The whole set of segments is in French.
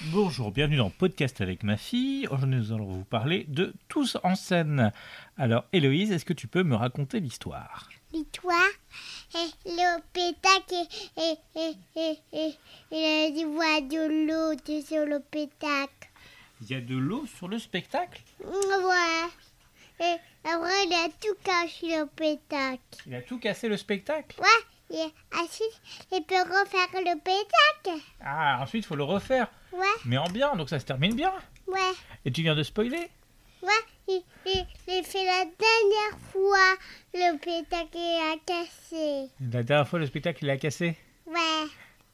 Bonjour, bienvenue dans Podcast avec ma fille. Aujourd'hui, nous allons vous parler de Tous en scène. Alors, Héloïse, est-ce que tu peux me raconter l'histoire L'histoire, et le pétacle et, et, et, et, et il voit de l'eau de- sur le pétacle. Il y a de l'eau sur le spectacle Ouais. Et après, il a tout caché le pétacle. Il a tout cassé le spectacle Ouais, et ensuite, il peut refaire le pétacle. Ah, ensuite, il faut le refaire. Ouais, Mais en bien, donc ça se termine bien. ouais, Et tu viens de spoiler ouais. Il, il, il fait la dernière fois le pétacle et il a cassé. La dernière fois, le spectacle, il a cassé Ouais,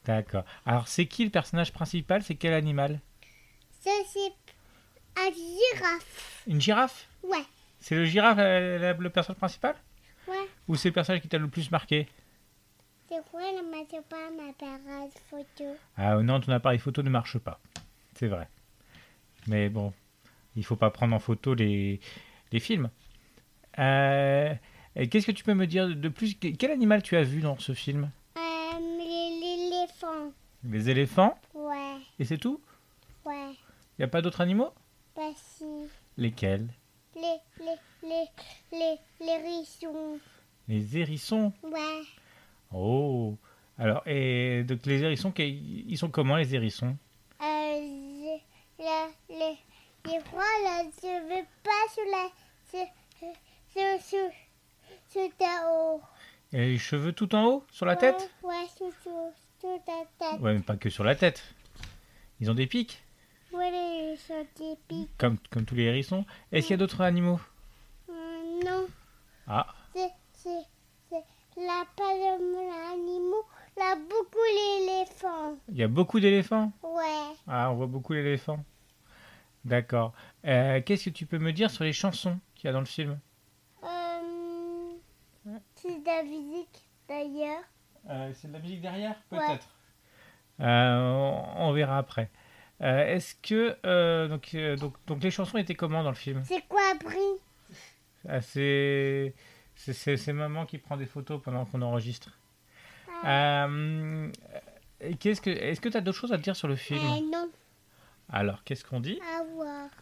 D'accord. Alors, c'est qui le personnage principal C'est quel animal ça c'est un girafe. Une girafe Ouais, C'est le girafe la- la- le personnage principal ouais. Ou c'est le personnage qui t'a le plus marqué C'est quoi la matière pas ma parade photo Ah non, ton appareil photo ne marche pas. C'est vrai. Mais bon, il faut pas prendre en photo les, les films. Euh, et Qu'est-ce que tu peux me dire de plus Que- Quel animal tu as vu dans ce film Euh, l'é- l'éléphant. Les éléphants Ouais, Et c'est tout ouais. Il n'y a pas d'autres animaux Bah si. Lesquels Les, les, les, les, les rissons. Les hérissons. Ouais. Oh Alors, et donc les hérissons, qu'est- ils sont comment les hérissons Euh, je, la, les, les rois, là, je veux pas sur la, sur, sur, sur, sur ta haut. Et les cheveux tout en haut, sur la tête Ouais, sur, sur, sur ta tête. Ouais, mais pas que sur la tête. Ils ont des pics, Ouais, les sont des pics. comme, comme tous les hérissons. Est-ce qu'il y a d'autres animaux Euh, non. Ah C'est, c'est, c'est la palme, l'animal, là, beaucoup l'éléphant. Il y a beaucoup d'éléphants. Ouais. Ah, on voit beaucoup d'éléphants. D'accord. Euh, Qu'est-ce que tu peux me dire sur les chansons qu'il y a dans le film Euh, c'est de la musique, d'ailleurs. Euh, C'est de la musique derrière, peut-être Euh, on, on verra après. Euh, Est-ce que euh, donc, euh, donc donc les chansons étaient comment dans le film C'est quoi, Brie Ah, C'est c'est- c'est c'est maman qui prend des photos pendant qu'on enregistre. Euh, et Qu'est-ce que est-ce que tu as d'autres choses à dire sur le film Euh, Eh, non, Alors qu'est-ce qu'on dit à voir.